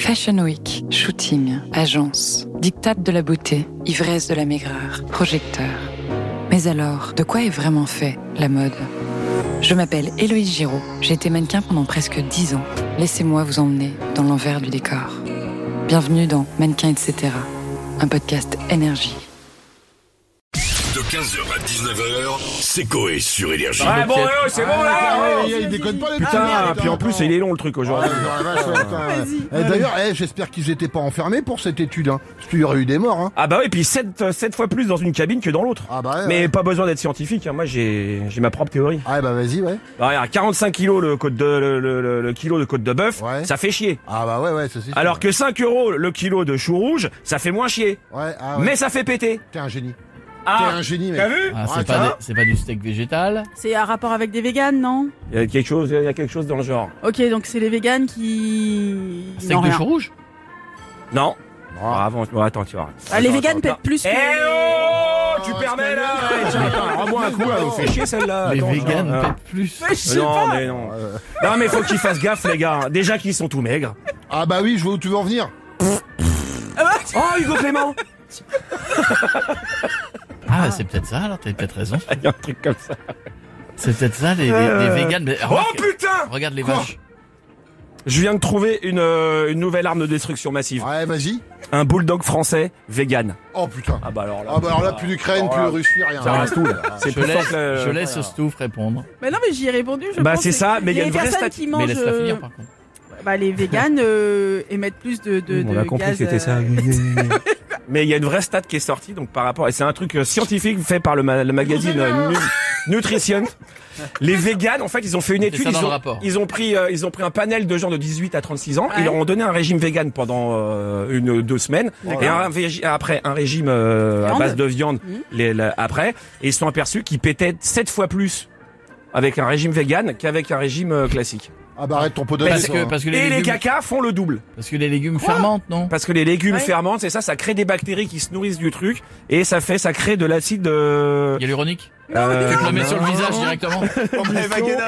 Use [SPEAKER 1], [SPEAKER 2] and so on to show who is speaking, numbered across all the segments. [SPEAKER 1] Fashion Week, shooting, agence, dictate de la beauté, ivresse de la maigreur, projecteur. Mais alors, de quoi est vraiment fait la mode Je m'appelle Héloïse Giraud, j'ai été mannequin pendant presque 10 ans. Laissez-moi vous emmener dans l'envers du décor. Bienvenue dans Mannequin etc., un podcast énergie.
[SPEAKER 2] De 15h à 19h, c'est Coé sur Énergie.
[SPEAKER 3] Ouais, Ah, bon, allô, c'est bon, là
[SPEAKER 4] Ah, il déconne pas les
[SPEAKER 3] Putain, puis en plus, il est long, le truc,
[SPEAKER 4] Ah,
[SPEAKER 3] aujourd'hui.
[SPEAKER 4] D'ailleurs, eh, j'espère qu'ils étaient pas enfermés pour cette étude. Hein. Parce qu'il y aurait eu des morts. Hein.
[SPEAKER 3] Ah bah oui, puis 7, fois plus dans une cabine que dans l'autre.
[SPEAKER 4] Ah bah ouais,
[SPEAKER 3] Mais
[SPEAKER 4] ouais.
[SPEAKER 3] pas besoin d'être scientifique, hein, moi j'ai j'ai ma propre théorie.
[SPEAKER 4] Ah bah vas-y, ouais.
[SPEAKER 3] Bah, regarde, 45 kilos le, côte de, le, le- le- le kilo de côte de bœuf,
[SPEAKER 4] Ouais.
[SPEAKER 3] ça fait chier.
[SPEAKER 4] Ah bah ouais, ouais, ça c'est.
[SPEAKER 3] Alors que 5 euros le kilo de chou rouge, ça fait moins chier.
[SPEAKER 4] Ouais, ah ouais.
[SPEAKER 3] Mais ça fait péter.
[SPEAKER 4] T'es un génie. T'es
[SPEAKER 3] Ah,
[SPEAKER 4] un génie, mec.
[SPEAKER 3] t'as vu
[SPEAKER 5] Ah,
[SPEAKER 4] Ouais,
[SPEAKER 5] c'est
[SPEAKER 4] ça
[SPEAKER 5] pas,
[SPEAKER 4] va
[SPEAKER 5] des- c'est pas du steak végétal.
[SPEAKER 6] C'est un rapport avec des véganes, non
[SPEAKER 3] Il y a quelque chose, il y a quelque chose dans le genre.
[SPEAKER 6] Ok, donc c'est les véganes qui.
[SPEAKER 5] Steak
[SPEAKER 6] Non,
[SPEAKER 5] de
[SPEAKER 6] rien.
[SPEAKER 5] chou rouge
[SPEAKER 3] Non. Ah,
[SPEAKER 4] Ah.
[SPEAKER 3] avant, ouais, attends, tu vois.
[SPEAKER 6] Ah, les véganes pètent plus.
[SPEAKER 3] Eh
[SPEAKER 6] que-
[SPEAKER 3] oh, tu
[SPEAKER 4] Ah,
[SPEAKER 3] permets
[SPEAKER 4] c'est
[SPEAKER 3] là
[SPEAKER 4] pas
[SPEAKER 3] ouais, tiens, attends, Rends-moi Ah, un coup, là, vous fait chier celle-là.
[SPEAKER 5] Les
[SPEAKER 3] attends, Ah.
[SPEAKER 5] véganes
[SPEAKER 3] genre,
[SPEAKER 5] pètent plus.
[SPEAKER 6] Mais je sais
[SPEAKER 3] Non,
[SPEAKER 6] pas.
[SPEAKER 3] Eh oh, mais non.
[SPEAKER 4] Euh,
[SPEAKER 3] Non, mais faut qu'ils fassent gaffe, les gars. Déjà qu'ils sont tout maigres.
[SPEAKER 4] Ah bah oui, je vois où tu veux en venir.
[SPEAKER 3] Oh, Hugo Clément
[SPEAKER 5] Ah, c'est peut-être ça, alors t'as peut-être raison.
[SPEAKER 3] Il y a un truc comme ça.
[SPEAKER 5] C'est peut-être ça, les, les, les véganes. Mais
[SPEAKER 3] Oh
[SPEAKER 5] remarque-
[SPEAKER 3] putain
[SPEAKER 5] regarde les
[SPEAKER 4] Quoi
[SPEAKER 5] vaches.
[SPEAKER 3] Je viens de trouver une, euh, une nouvelle arme de destruction massive.
[SPEAKER 4] Ouais, vas-y.
[SPEAKER 3] Un bulldog français vegan.
[SPEAKER 4] Oh putain.
[SPEAKER 3] Ah bah alors là.
[SPEAKER 4] Ah bah alors là, plus l'Ukraine, plus le Russie, rien.
[SPEAKER 3] Ça reste tout, là.
[SPEAKER 4] Ah,
[SPEAKER 3] C'est
[SPEAKER 5] Je
[SPEAKER 3] plus euh, fort
[SPEAKER 5] laisse,
[SPEAKER 3] que le-
[SPEAKER 5] je laisse Stouff répondre.
[SPEAKER 6] Mais non, mais j'y ai répondu. Je
[SPEAKER 3] Bah,
[SPEAKER 6] pense,
[SPEAKER 3] c'est ça, mais il y a
[SPEAKER 6] les
[SPEAKER 3] une vraie
[SPEAKER 6] personnes
[SPEAKER 3] stat-
[SPEAKER 6] qui
[SPEAKER 5] Mais
[SPEAKER 6] mangent.
[SPEAKER 5] laisse-la finir,
[SPEAKER 6] euh,
[SPEAKER 5] par contre.
[SPEAKER 6] Bah, les véganes euh, émettent plus de. de
[SPEAKER 3] On
[SPEAKER 6] de
[SPEAKER 3] a compris
[SPEAKER 6] gaz,
[SPEAKER 3] que c'était ça.
[SPEAKER 6] euh,
[SPEAKER 3] Mais il y a une vraie stat qui est sortie donc par rapport et c'est un truc euh, scientifique fait par le, ma- le magazine euh, Nu- Nutrition. Les véganes en fait, ils ont fait une
[SPEAKER 5] C'est
[SPEAKER 3] étude,
[SPEAKER 5] ça dans
[SPEAKER 3] ils
[SPEAKER 5] le
[SPEAKER 3] ont,
[SPEAKER 5] rapport.
[SPEAKER 3] ils ont pris euh, ils ont pris un panel de gens de 18 à 36 ans, ils
[SPEAKER 6] Ouais.
[SPEAKER 3] leur ont donné un régime vegan pendant euh, une ou deux semaines et un végi- après un régime euh, à
[SPEAKER 6] Viande.
[SPEAKER 3] base de viande
[SPEAKER 5] Mmh.
[SPEAKER 6] Mhm.
[SPEAKER 3] les, la- après et ils se sont aperçus qu'ils pétaient 7 fois plus avec un régime vegan qu'avec un régime euh, classique.
[SPEAKER 4] Ah bah arrête ton pot de
[SPEAKER 5] Parce que, parce que les
[SPEAKER 3] Et les
[SPEAKER 5] légumes,
[SPEAKER 3] caca Euh, font le double.
[SPEAKER 5] parce que les légumes fermentent, non
[SPEAKER 3] Parce que les légumes
[SPEAKER 6] Ouais.
[SPEAKER 3] fermentent, et ça, ça crée des bactéries qui se nourrissent du truc, et ça fait, ça crée de l'acide. euh,
[SPEAKER 5] Hyaluronique
[SPEAKER 3] euh,
[SPEAKER 5] Tu te le mets sur le
[SPEAKER 3] non.
[SPEAKER 5] visage directement.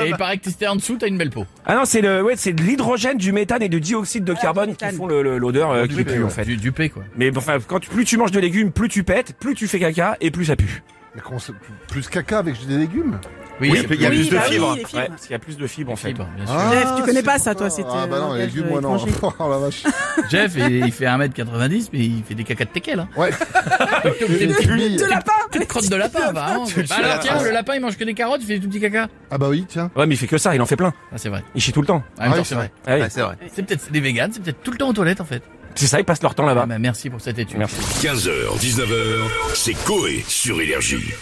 [SPEAKER 5] Et il paraît que si t'es en dessous, t'as une belle peau.
[SPEAKER 3] Ah non, c'est le, ouais, c'est de l'hydrogène, du méthane et du dioxyde de carbone qui
[SPEAKER 6] Ah, méthane.
[SPEAKER 3] font le- le- l'odeur euh, qui
[SPEAKER 5] Du
[SPEAKER 3] pue en fait.
[SPEAKER 5] Du, du P, quoi.
[SPEAKER 3] Mais bon, enfin, quand tu- plus tu manges de légumes, plus tu pètes, plus tu fais caca et plus ça pue.
[SPEAKER 4] Mais comment ça- plus caca avec des légumes.
[SPEAKER 5] Oui, c'est
[SPEAKER 3] il y a
[SPEAKER 6] oui,
[SPEAKER 3] plus de
[SPEAKER 6] bah oui,
[SPEAKER 3] fibres.
[SPEAKER 6] les fibres.
[SPEAKER 3] Ouais, parce qu'il y a plus de fibres en fait.
[SPEAKER 5] Fibre, bien sûr.
[SPEAKER 4] Ah,
[SPEAKER 6] Jeff, tu connais
[SPEAKER 4] c'est
[SPEAKER 6] pas
[SPEAKER 4] pour
[SPEAKER 6] ça, toi, c'était,
[SPEAKER 4] Ah bah non,
[SPEAKER 6] euh,
[SPEAKER 4] les
[SPEAKER 6] langage
[SPEAKER 4] légumes, moi non.
[SPEAKER 6] étranger.
[SPEAKER 4] Oh la vache.
[SPEAKER 5] Jeff, il, il fait 1m90, mais il fait des cacas de teckel. Hein.
[SPEAKER 4] Ouais.
[SPEAKER 5] Donc, t'es obligé de-
[SPEAKER 4] Puis-
[SPEAKER 6] De lapin
[SPEAKER 5] Petite crotte de lapin, apparemment. Bah alors, tiens, le lapin, il mange que des carottes, il fait des tout petits cacas.
[SPEAKER 4] Ah bah oui, tiens.
[SPEAKER 3] Ouais, mais il fait que ça, il en fait plein.
[SPEAKER 5] Ah, c'est vrai.
[SPEAKER 3] Il chie tout le temps.
[SPEAKER 5] En même
[SPEAKER 4] Ouais,
[SPEAKER 5] temps,
[SPEAKER 4] c'est
[SPEAKER 5] c'est vrai.
[SPEAKER 3] Ah oui.
[SPEAKER 7] c'est vrai.
[SPEAKER 5] C'est peut-être des véganes, c'est peut-être tout le temps aux toilettes, en fait.
[SPEAKER 3] C'est ça, ils passent leur temps
[SPEAKER 5] Ah,
[SPEAKER 3] là-bas.
[SPEAKER 5] bah, merci pour cette étude.
[SPEAKER 3] Merci.
[SPEAKER 2] 15h, 19h, c'est Coé sur Énergie.